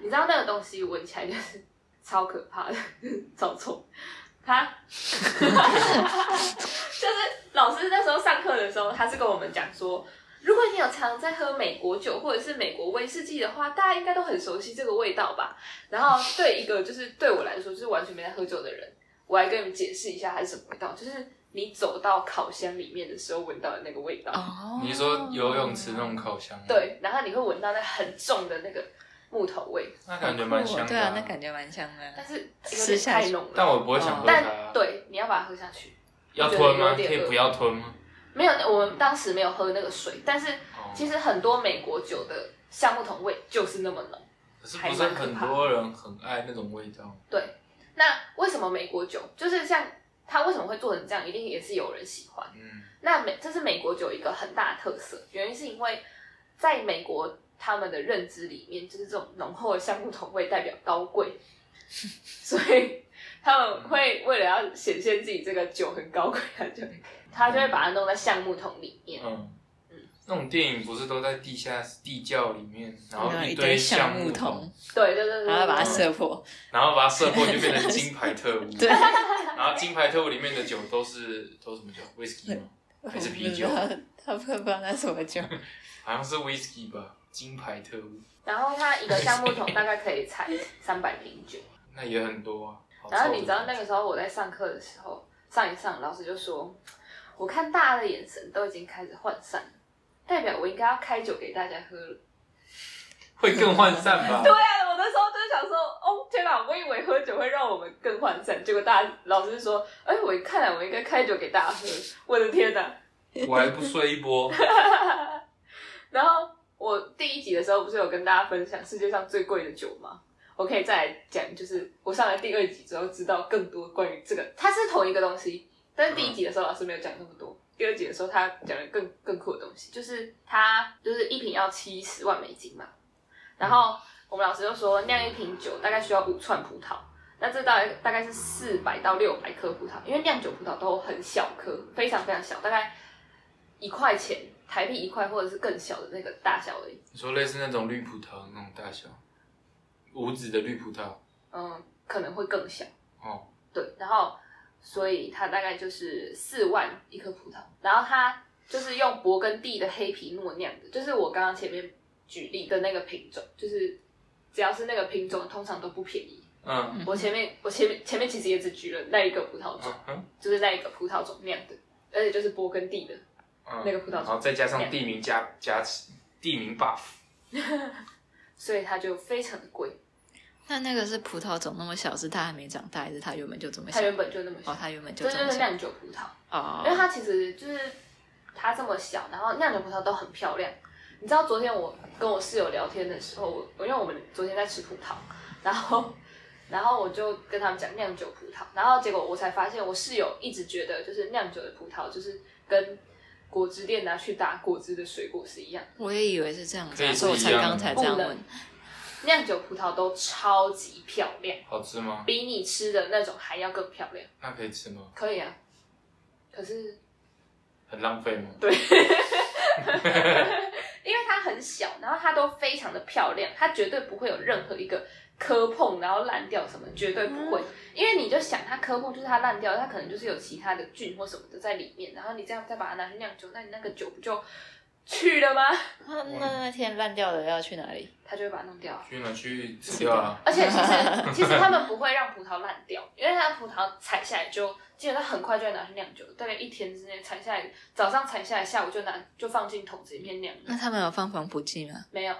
S3: 你知道那个东西闻起来就是超可怕的， (laughs) 超臭，他就是老师那时候上课的时候，他是跟我们讲说。如果你有常在喝美国酒或者是美国威士忌的话，大家应该都很熟悉这个味道吧？然后对一个就是对我来说就是完全没在喝酒的人，我来跟你们解释一下它是什么味道，就是你走到烤箱里面的时候闻到的那个味道。
S2: 哦
S1: 你是说游泳池那种烤箱
S2: 嗯
S1: 吗，
S3: 对，然后你会闻到那很重的那个木头味，
S1: 那感觉蛮香的、
S2: 对啊，那感觉蛮香的
S3: 但。是有
S2: 吃
S3: 点
S2: 下
S3: 太
S2: 去
S3: 浓了。
S1: 但我不会想喝它、
S3: 嗯但对，你要把它喝下去。
S1: 要吞吗？
S3: 我觉得
S1: 可
S3: 有点饿
S1: 以不要吞吗？
S3: 没有，我们当时没有喝那个水，但是
S1: 哦，
S3: 其实很多美国酒的橡木桶味就是那么浓。
S1: 哦可是不是很多人很爱那种味道？
S3: 那为什么美国酒就是像它为什么会做成这样，一定也是有人喜欢。
S1: 嗯，
S3: 那美这是美国酒一个很大的特色，原因是因为在美国他们的认知里面，就是这种浓厚的橡木桶味代表高贵，
S2: (laughs)
S3: 所以他们会为了要显现自己这个酒很高贵，他就他就会把它弄在橡木桶里面。
S1: 嗯，那种电影不是都在地下地窖里面，然后
S3: 嗯
S2: 一
S1: 堆
S2: 橡
S1: 木
S2: 木桶，，
S3: 对对对对，
S2: 然后把它
S3: 对
S2: 射破，
S1: 然后把它射破就变
S3: (laughs)
S1: 成金牌特务。
S2: 对，
S1: 然后金牌特务里面的酒都是都是什么酒？whisky 吗？还是啤酒
S2: 我不知道他不知道那什么酒， (laughs)
S1: 好像是 whisky 吧？金牌特务
S3: 然后它一个橡木桶大概可以采三百瓶酒。
S1: 那也很多啊。好
S3: 然后
S1: 臭
S3: 你
S1: 的
S3: 知道那个时候我在上课的时候，上一上老师就说，我看大家的眼神都已经开始涣散了，代表我应该要开酒给大家喝了。
S1: 会更涣散吧？
S3: 对啊，我那时候就想说，哦天哪，我以为喝酒会让我们更涣散，结果大家老师就说，哎，我一看来我应该开酒给大家喝，我的天哪！
S1: 我还不睡一波。
S3: 然后我第一集的时候不是有跟大家分享世界上最贵的酒吗？我可以再来讲，就是我上了第二集之后知道更多关于这个，它是同一个东西，但是第一集的时候老师没有讲那么多，第二集的时候他讲了更更酷的东西，就是它就是一瓶要七十万美金嘛，然后我们老师就说酿一瓶酒大概需要五串葡萄。那这大概大概是四百到六百颗葡萄，因为酿酒葡萄都很小颗，非常非常小，大概一块钱台币一块或者是更小的那个大小而已。
S1: 你说类似那种绿葡萄那种大小，五指的绿葡萄
S3: 嗯，可能会更小。
S1: 哦，
S3: 对，然后所以它大概就是四万一颗葡萄，然后它就是用勃艮第的黑皮诺酿的，就是我刚刚前面举例的那个品种，就是只要是那个品种，通常都不便宜。
S1: 嗯
S3: 我前面我前面前面其实也只举了那一个葡萄种，
S1: 嗯
S3: 就是那一个葡萄种酿的，而且就是勃艮第的。
S1: 嗯，
S3: 那个葡萄
S1: 然后再加上地名加加持，地名 buff，
S3: 所以它就非常的贵，
S2: 那那个是葡萄种那么小，是它还没长大，还是它原本就这么小
S3: 它？原本就那么小
S2: 哦，，它原本就
S3: 这
S2: 这
S3: 就
S2: 么
S3: 是
S2: 小。
S3: 酿酒葡萄，因为
S2: 哦，
S3: 它其实就是它这么小，然后酿酒葡萄都很漂亮。你知道昨天我跟我室友聊天的时候，我我因为我们昨天在吃葡萄，然后然后我就跟他们讲酿酒葡萄，然后结果我才发现我室友一直觉得就是酿酒的葡萄就是跟果汁店拿去打果汁的水果是一样的，
S2: 我也以为是这样子
S1: 可以
S2: 啊，
S1: 不
S2: 所以我才
S1: 一样哦
S2: 刚才这样
S3: 不
S2: 问
S3: 能。酿酒葡萄都超级漂亮，
S1: 好吃吗？
S3: 比你吃的那种还要更漂亮。
S1: 那可以吃吗？
S3: 可以啊，可是
S1: 很浪费吗？
S3: (laughs) 对，因为它很小，然后它都非常的漂亮，它绝对不会有任何一个磕碰然后烂掉什么，绝对不会，因为你就想它磕碰就是它烂掉，它可能就是有其他的菌或什么的在里面，然后你这样再把它拿去酿酒，那你那个酒不就去了吗？
S2: 那那天烂掉的要去哪里？
S3: 它就会把它弄掉啊。
S1: 去能去吃掉啊。
S3: 而且其实其实他们不会让葡萄烂掉，因为它葡萄采下来就基本上很快就会拿去酿酒，大概一天之内采下来，早上采下来，下午就拿就放进桶子里面酿。
S2: 那他们有放防腐剂吗？
S3: 没有，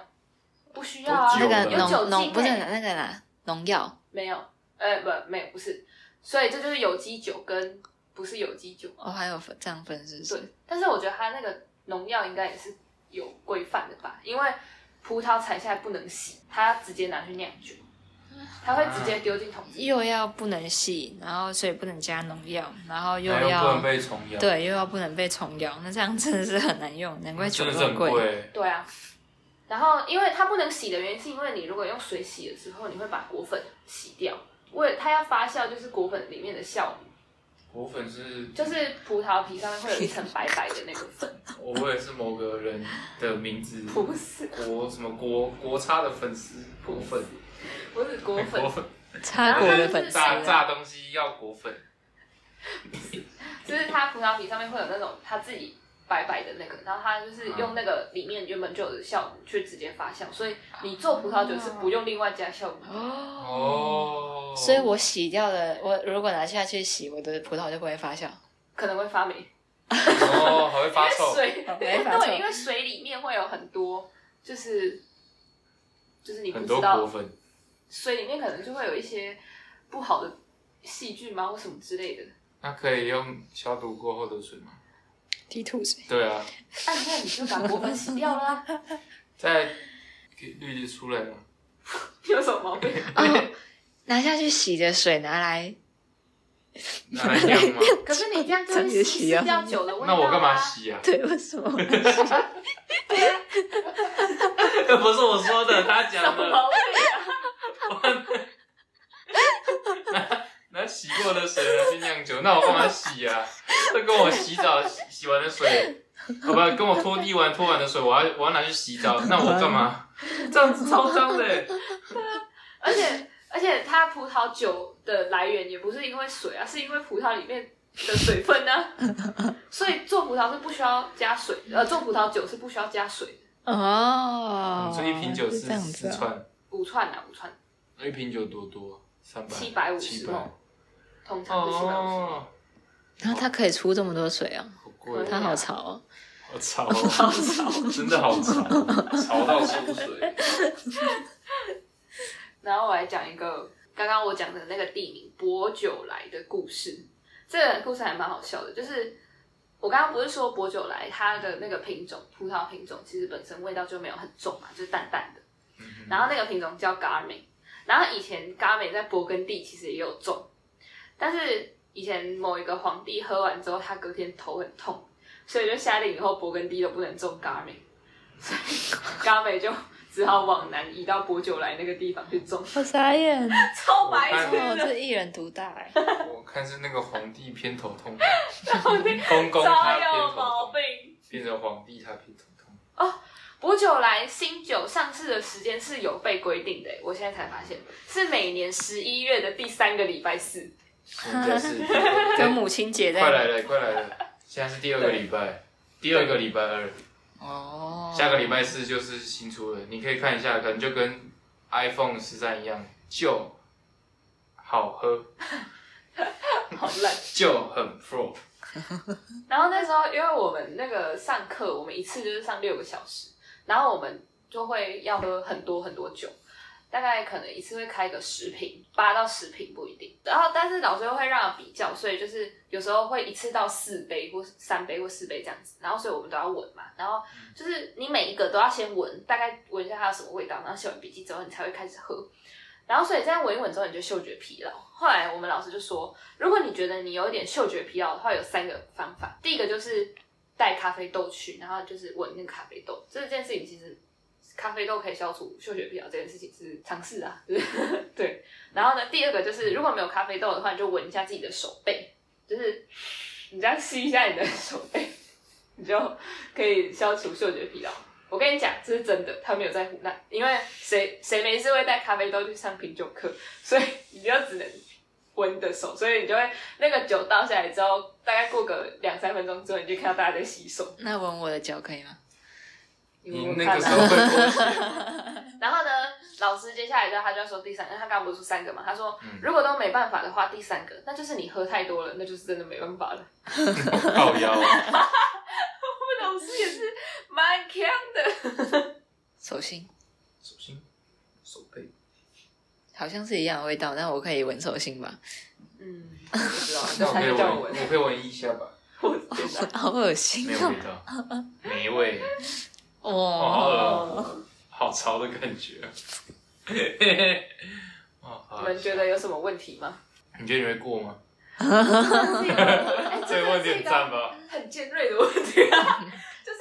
S3: 不需要啊，
S2: 那
S1: 有的
S2: 个
S1: 有
S3: 有酒
S2: 农农
S3: 精
S2: 不是
S3: 欸
S2: 那个啦，农药。
S3: 没有，呃，不，没有，不是，所以这就是有机酒跟不是有机酒。
S2: 哦，还有分这样分是不
S3: 对
S2: 是？，
S3: 但是我觉得它那个农药应该也是有规范的吧，因为葡萄采下来不能洗，它直接拿去酿酒，它会直接丢进桶子里。
S2: 又要不能洗，然后所以不能加农药，然后又
S1: 还有不能
S2: 要
S1: 被虫咬，，
S2: 对又要不能被虫咬，那这样真的是很难用，难怪酒
S1: 真的
S2: 那
S1: 是很
S2: 么 (laughs) 贵。
S1: 贵。
S3: 对啊，然后因为它不能洗的原因，是因为你如果用水洗了之后，你会把果粉洗掉。为它要发酵，就是果粉里面的酵母，
S1: 果粉是，
S3: 就是葡萄皮上面会有一层白白的那个粉，
S1: 我也是某个人的名字，
S3: (laughs) 不是
S1: 国什么国国差的粉丝，果粉，
S3: 不是果粉，
S1: 果粉，
S2: 擦果的粉丝
S1: 炸
S2: 啊，
S1: 炸东西要果粉，
S3: 就是它葡萄皮上面会有那种它自己白白的那个，然后它就是用那个里面原本就有的酵母去直接发酵，所以你做葡萄酒是不用另外加酵母的。
S1: 哦，
S2: 所以我洗掉的，我如果拿下去洗，我的葡萄就不会发酵。
S3: 可能会发霉，
S1: 哦，还会发
S3: 因为
S1: 臭，
S3: 水
S2: 哦没发臭
S3: (laughs) 对，因为水里面会有很多，就是就是你不
S1: 很
S3: 知
S1: 多
S3: 道
S1: 果粉，
S3: 水里面可能就会有一些不好的细菌吗，或什么之类的。
S1: 那可以用消毒过后的水
S2: (laughs)
S1: 吗？
S2: 滴吐水，
S1: 对啊，
S3: 那你看，你就把果粉洗掉啦，
S1: 在绿绿出来
S2: (laughs)
S1: 了，
S3: (laughs) 有什么毛病？
S2: 哦， (laughs) 拿下去洗的水拿来，
S1: 拿来酿吗？
S3: 可是你这样就
S2: 真
S3: 会
S2: 的
S3: 稀
S2: 洗
S3: 释
S2: 啊
S3: 掉酒的味道、
S1: 那
S3: 啊。
S1: 我干嘛？洗啊？
S2: (laughs) 对，为什么？
S1: (laughs) 不是我说的，他
S3: 什
S1: 讲
S3: 么
S1: 的，
S3: (laughs) 毛病啊？
S1: 拿洗过的水来去酿酒，那我干嘛洗
S2: (laughs)
S1: 啊？这跟我洗澡洗洗完的水，好吧，跟我拖地完拖完的水，我要我要拿去洗澡，那我干嘛？这样子超脏的欸，
S3: 而且而且它葡萄酒的来源也不是因为水啊，是因为葡萄里面的水分呢、所以做葡萄是不需要加水，呃，做葡萄酒是不需要加水的。
S2: 哦，
S1: 所以一瓶酒
S2: 是
S1: 是
S2: 这样子
S1: 四
S2: 啊。
S1: 串，
S3: 五串啊，五串，
S1: 一瓶酒多多三百
S3: 七百五
S1: 七
S3: 十
S1: 百，
S3: 哦，通常是七百五
S1: 哦，
S2: 然后它可以出这么多水啊，
S1: 好贵哦，
S2: 它好潮哦。
S1: 好潮哦，好
S2: (laughs)
S1: 潮， (laughs) 真的好潮，潮到出水。
S3: 十。然后我来讲一个刚刚我讲的那个地名博酒来的故事，这个故事还蛮好笑的，就是。我刚刚不是说博酒来它的那个品种，葡萄品种其实本身味道就没有很重嘛，就是淡淡的。然后那个品种叫 Garme，然后以前 Garme 在勃艮第其实也有种，但是以前某一个皇帝喝完之后，他隔天头很痛，所以就下令以后勃艮第都不能种 Garme，所以 (laughs) Garme 就只好往南移到博九来那个地方去种，
S2: 我
S1: (laughs)
S2: 傻眼，
S3: (laughs) 超白痴
S2: 哦，
S3: 的，
S2: 这一人独大哎。
S1: 我看是那个皇帝偏头痛，
S3: (laughs) 皇帝
S1: 公公他
S3: 超
S1: 偏头
S3: 有毛
S1: 痛，
S3: 病。
S1: 变成皇帝他偏头
S3: (laughs)
S1: 痛。
S3: 博酒来新酒上市的时间是有被规定的，我现在才发现是每年十一月的第三个礼拜四。
S1: 现在是
S2: (laughs) 跟母亲节在
S1: 快来了，快来了！现在是第二个礼拜，第二个礼拜二，
S2: 哦，
S1: 下个礼拜四就是新出的，你可以看一下，可能就跟 iPhone 十三一样，就好喝，
S3: 好烂。
S1: 就很 pro。
S3: 然后那时候因为我们那个上课，我们一次就是上六个小时，然后我们就会要喝很多很多酒，大概可能一次会开个十瓶，八到十瓶不一定。然后但是老师又会让我比较，所以就是有时候会一次到四杯或三杯或四杯这样子。然后所以我们都要闻嘛，然后就是你每一个都要先闻，大概闻一下它有什么味道，然后写完笔记之后你才会开始喝。然后所以这样闻一闻之后你就嗅觉疲劳。后来我们老师就说，如果你觉得你有一点嗅觉疲劳的话，有三个方法。第一个就是带咖啡豆去，然后就是闻那个咖啡豆。这件事情其实咖啡豆可以消除嗅觉疲劳，这件事情是尝试啊， (laughs) 就是对。然后呢，第二个就是如果没有咖啡豆的话，你就闻一下自己的手背，就是你这样吸一下你的手背，你就可以消除嗅觉疲劳。我我跟你讲，这是真的，他没有在胡乱，因为谁谁没事会带咖啡豆去上品酒课，所以你就只能闻你的手，所以你就会那个酒倒下来之后，大概过个两三分钟之后，你就看到大家在洗手。
S2: 那闻我的脚可以吗？
S1: 你嗯
S3: 闻闻
S1: 那
S3: 看
S1: 个
S3: 啊
S1: 时候会脱鞋，
S3: (laughs) 然后呢，老师接下来就他就说第三个，他刚不是说三个嘛？他说
S1: 嗯
S3: 如果都没办法的话，第三个那就是你喝太多了，那就是真的没办
S1: (laughs)
S3: 法了。
S1: 靠腰啊。
S3: 我们老师也是蛮强的，
S2: 手心
S1: (laughs) 手心、手背，
S2: 好像是一样的味道，但我可以闻手心吧？
S3: 嗯，不知道，
S1: 那
S3: 就
S1: 我
S3: 他
S1: 可以
S3: 就叫
S1: 闻，
S3: 我闻，
S1: 我可以闻一下吧，
S3: 我天哪！
S2: (laughs) 好恶心
S1: 没有
S2: 哦！
S1: 味道，没味，好
S2: 哦，
S1: 恶
S3: 哦，
S1: 好潮的感觉。哦，好
S3: 你们觉得有什么问题
S1: (laughs)
S3: 吗？
S1: 你觉得你会过吗？
S3: 哎
S1: 这个问题很赞吧？
S3: 很尖锐的问题啊，就是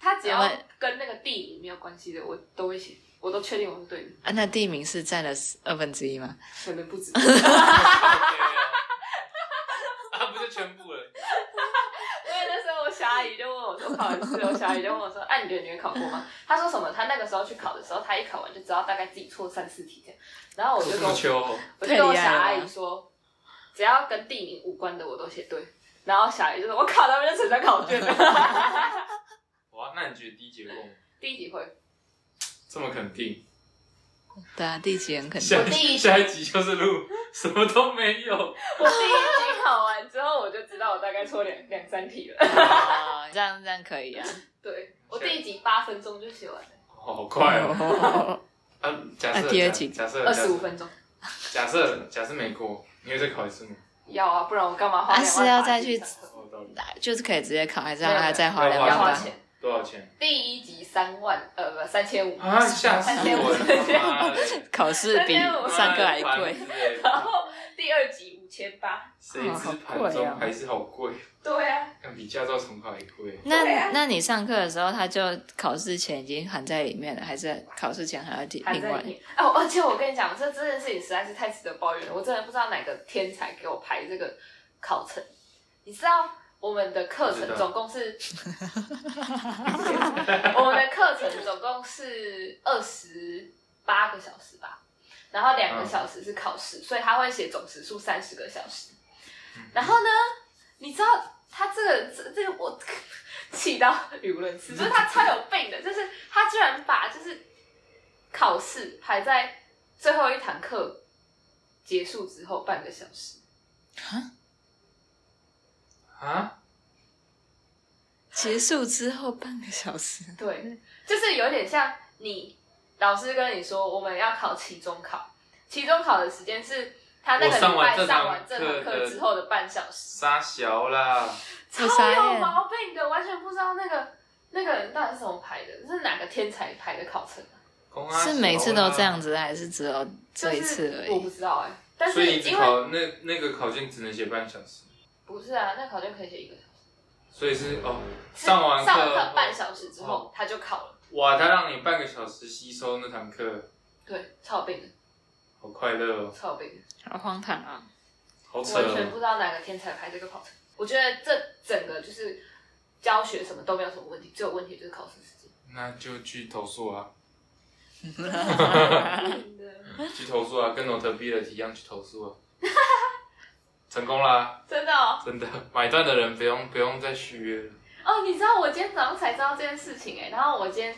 S3: 他只要
S2: 因为
S3: 跟那个地理没有关系的，我都会写，我都确定我是对的，
S2: 啊，那地名是占了二分之一吗？
S3: 可能不止。
S1: 啊，不是全部了。
S3: 因为那时候我小阿姨就问我说考完试，我小阿姨就问我说，哎、你觉得你会考过吗？她说什么？她那个时候去考的时候，她一考完就知道大概自己错三四题这样，然后我就
S1: 这
S3: 跟
S1: 么
S3: 我
S1: 秋哦，
S3: 我就跟我小阿姨说，只要跟地名无关的我都写对。然后小阿姨就说：“我考他们就成张考卷了。 (laughs)
S1: 哇，那你觉得第一节过吗？”
S3: 第一集会，
S1: 这么肯定，
S2: 对啊，地级很肯定
S1: 下
S3: 我第
S1: 一
S3: 一
S1: 下一集就是录，什么都没有。
S3: 我第一集考完之后，我就知道我大概错两两三题了。
S2: 哦，这样这样可以啊。
S3: 对，我第一集八分钟就写完了，
S1: 哦好快哦！
S2: 哦，
S1: 啊，假设
S2: 啊第二集
S1: 假设
S3: 二十五，分钟。
S1: 假设假设没过，你会再考一次吗？
S3: 要啊，不然我干嘛花
S2: 啊
S3: 两万
S2: 是要再去
S3: 八千上课
S1: 哦，道理。
S2: (laughs) 就是可以直接考，还是
S3: 对
S2: 要
S3: 对
S2: 还要再花
S1: (laughs) 要
S2: 两
S1: 花
S2: 万
S3: 要花
S2: 八？
S3: 钱？
S1: 多少钱？
S3: 第一集三万，呃，不，三千五。
S1: 啊！吓死我了！他妈的
S2: 考试 (laughs) 比上课还贵。。
S3: (laughs) 然后第二集五千八。
S1: 谁知盘中还是好哦贵，哦
S3: 对啊，
S1: 比驾照重考还贵。
S3: 对啊
S2: 那那你上课的时候，他就考试前已经含在里面了，还是考试前还要另
S3: 还
S2: 另
S3: 在
S2: 外
S3: 里？面。哦，而且我跟你讲，这这件事情实在是太值得抱怨了。我真的不知道哪个天才给我排这个考程。你知道我们的课
S1: 我知道
S3: 程总共是， (laughs) 我们的课程总共是二十八个小时吧，然后两个
S1: 嗯
S3: 小时是考试，所以他会写总时数三十个小时。然后呢，你知道他这个这这个我 (laughs) 气到语无伦次，就是他超有病的，就是他居然把就是考试排在最后一堂课结束之后半个小时，
S1: 啊？
S2: 结束之后半个小时，
S3: 对，就是有点像你老师跟你说我们要考期中考，期中考的时间是他啊那个
S1: 我上
S3: 礼
S1: 完
S3: 拜
S1: 这堂
S3: 上完这堂
S1: 课的
S3: 课之后的半小时。
S1: 傻小啦！
S2: 我
S3: 超
S2: 傻眼
S3: 有毛病的，完全不知道那个那个人到底是怎么排的，是哪个天才排的考程啊？
S1: 公阿小啦
S2: 是每次都这？样子，还是只有这一次而
S3: 就是我
S2: 已？
S3: 不知道哎、但
S1: 所
S3: 是
S1: 以你只
S3: 因为
S1: 考那那个考卷只能写半小时，
S3: 不是啊，那考卷可以写一个小时，
S1: 所以是哦，
S3: 是
S1: 上完
S3: 上
S1: 课哦
S3: 完课
S1: 后
S3: 半小时之后他就考了，
S1: 哇，他让你半个小时吸收那堂课，
S3: 对，超有病的，
S1: 好快乐哦，
S3: 超有病的。
S2: 好荒唐啊！
S1: 好扯
S3: 完全
S1: 哦！
S3: 不知道哪个天才排这个考程。我觉得这整个就是教学什么都没有什么问题，只有问题就是考试时间。
S1: 那就去投诉啊，
S2: (laughs)
S3: 真的，
S1: 去投诉啊，跟 Notability 一样去投诉
S3: (laughs)
S1: 啊，成功啦！
S3: 真的
S1: (laughs)
S3: 哦
S1: 真的，买断的人不用不用再续约了。
S3: 哦，你知道我今天早上才知道这件事情哎、然后我今天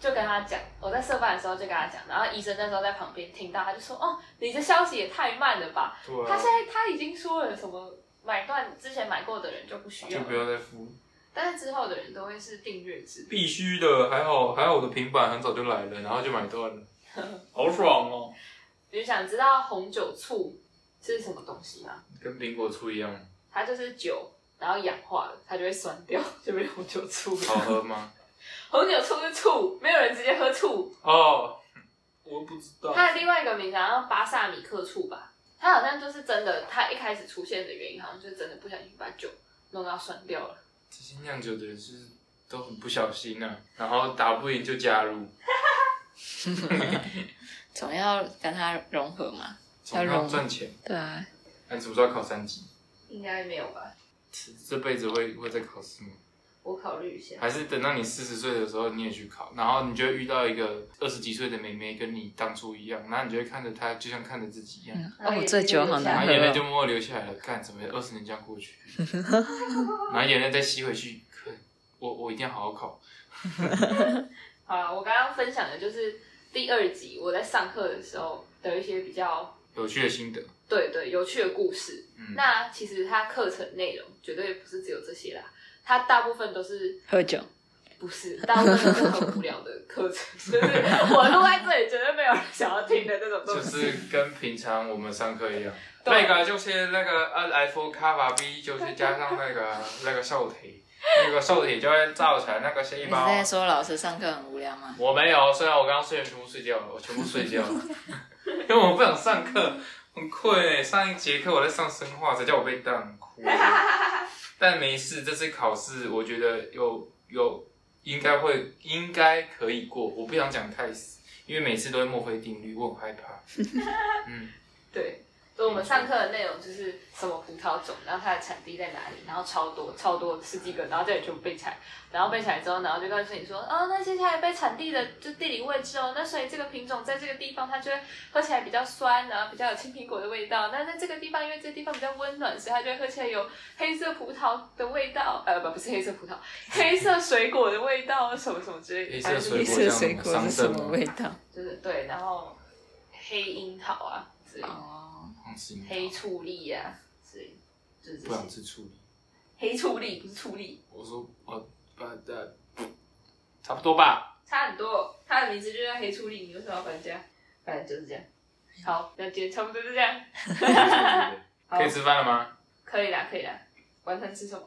S3: 就跟他讲，我在社办的时候就跟他讲，然后医生那时候在旁边听到，他就说：“哦，你这消息也太慢了吧？
S1: 对啊
S3: 他现在他已经说了什么买断之前买过的人就不需
S1: 就
S3: 要
S1: 不
S3: 了，
S1: 要再付。
S3: 但是之后的人都会是订阅制。
S1: 必须的，还好还好我的平板很早就来了，然后就买断了， (laughs) 好爽哦。
S3: 你想知道红酒醋是什么东西吗？
S1: 跟苹果醋一样，
S3: 它就是酒，然后氧化了，它就会酸掉，就变红酒醋了。
S1: 好喝吗？
S3: 红酒醋是醋，没有人直接喝醋。
S1: (laughs) 哦，我不知道。
S3: 它的另外一个名字好像巴萨米克醋吧，它好像就是真的，它一开始出现的原因好像就是真的不小心把酒弄到酸掉了。
S1: 这些酿酒的人是都很不小心啊，然后打不赢就加入，
S2: (laughs) 总要跟它融合嘛。
S1: 总
S2: 要
S1: 要
S2: 融
S1: 赚钱。
S2: 对啊，
S1: 那你什么时候要考三级？
S3: 应该没有吧？
S1: 这辈子会会再考试吗？
S4: 我考虑一下。
S1: 还是等到你四十岁的时候你也去考，然后你就会遇到一个二十几岁的妹妹跟你当初一样，然后你就会看着她就像看着自己一样，
S4: 然后
S2: 哦
S4: 也，
S2: 这酒好
S1: 然
S2: 难
S1: 后
S2: 喝
S1: 眼泪
S2: 哦。
S1: 啊就默默流下来了。干怎么二十年这样过去，然后眼泪再吸回去，可我我一定要好好考。
S3: 好了，我刚刚分享的就是第二集我在上课的时候的一些比较
S1: 有趣的心得，
S3: 对对有趣的故事。
S1: 嗯
S3: 那其实它课程内容绝对不是只有这些啦，它大部分都是
S2: 喝酒，
S3: 不是大部分都是很无聊的课程，就是我录在这里绝对没有人想要听的那种
S1: 就
S3: 东西。
S1: 是跟平常我们上课一样，
S3: 对
S1: 那个就是那个呃 F 卡巴 B，就是加上那个那个瘦体，那个瘦体就会造成那个细
S2: 你是
S1: 胞。
S2: 在说老师上课很无聊吗？
S1: 我没有，虽然我刚刚睡前全部睡觉了，我全部睡觉了，因为我不想上课，很困欸上一节课我在上生化，谁叫我被当哭欸。但没事，这次考试我觉得有有应该会应该可以过，我不想讲太死，因为每次都会墨菲定律，我很害怕。嗯，
S3: 对，所以我们上课的内容就是什么葡萄种，然后它的产地在哪里，然后超多超多十几个，然后叫你全部背起来，然后背起来之后，然后就告诉你说，哦，那接下来背产地的就地理位置哦，那所以这个品种在这个地方它就会喝起来比较酸，然后比较有青苹果的味道，那在这个地方因为这个地方比较温暖，所以它就会喝起来有黑色葡萄的味道，呃，不不是黑色葡萄，黑色水果的味道，什么什么之类的，
S1: 黑色水
S3: 反正
S1: 果
S2: 绿
S3: 就是
S2: 色水果是什
S1: 上阵
S2: 么
S1: 吗
S2: 味道？
S3: 就是对，然后黑樱桃啊之类的。
S2: 哦，
S1: 好吃吗
S3: 黑醋栗呀、啊，所以就是这
S1: 不想
S3: 些。
S1: 吃醋栗。
S3: 黑醋栗不是醋栗，
S1: 我说我把的差不多吧，
S3: 差很多。它的名字就叫黑醋栗，你为什么要搬家？反正就是这样。好，那今天差不多就这样，
S1: 可以吃饭了吗？
S3: 可以啦，可以啦。晚餐吃 (laughs) 什么？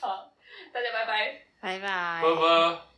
S3: 好，大家拜拜。
S2: 拜拜
S1: 拜。拜。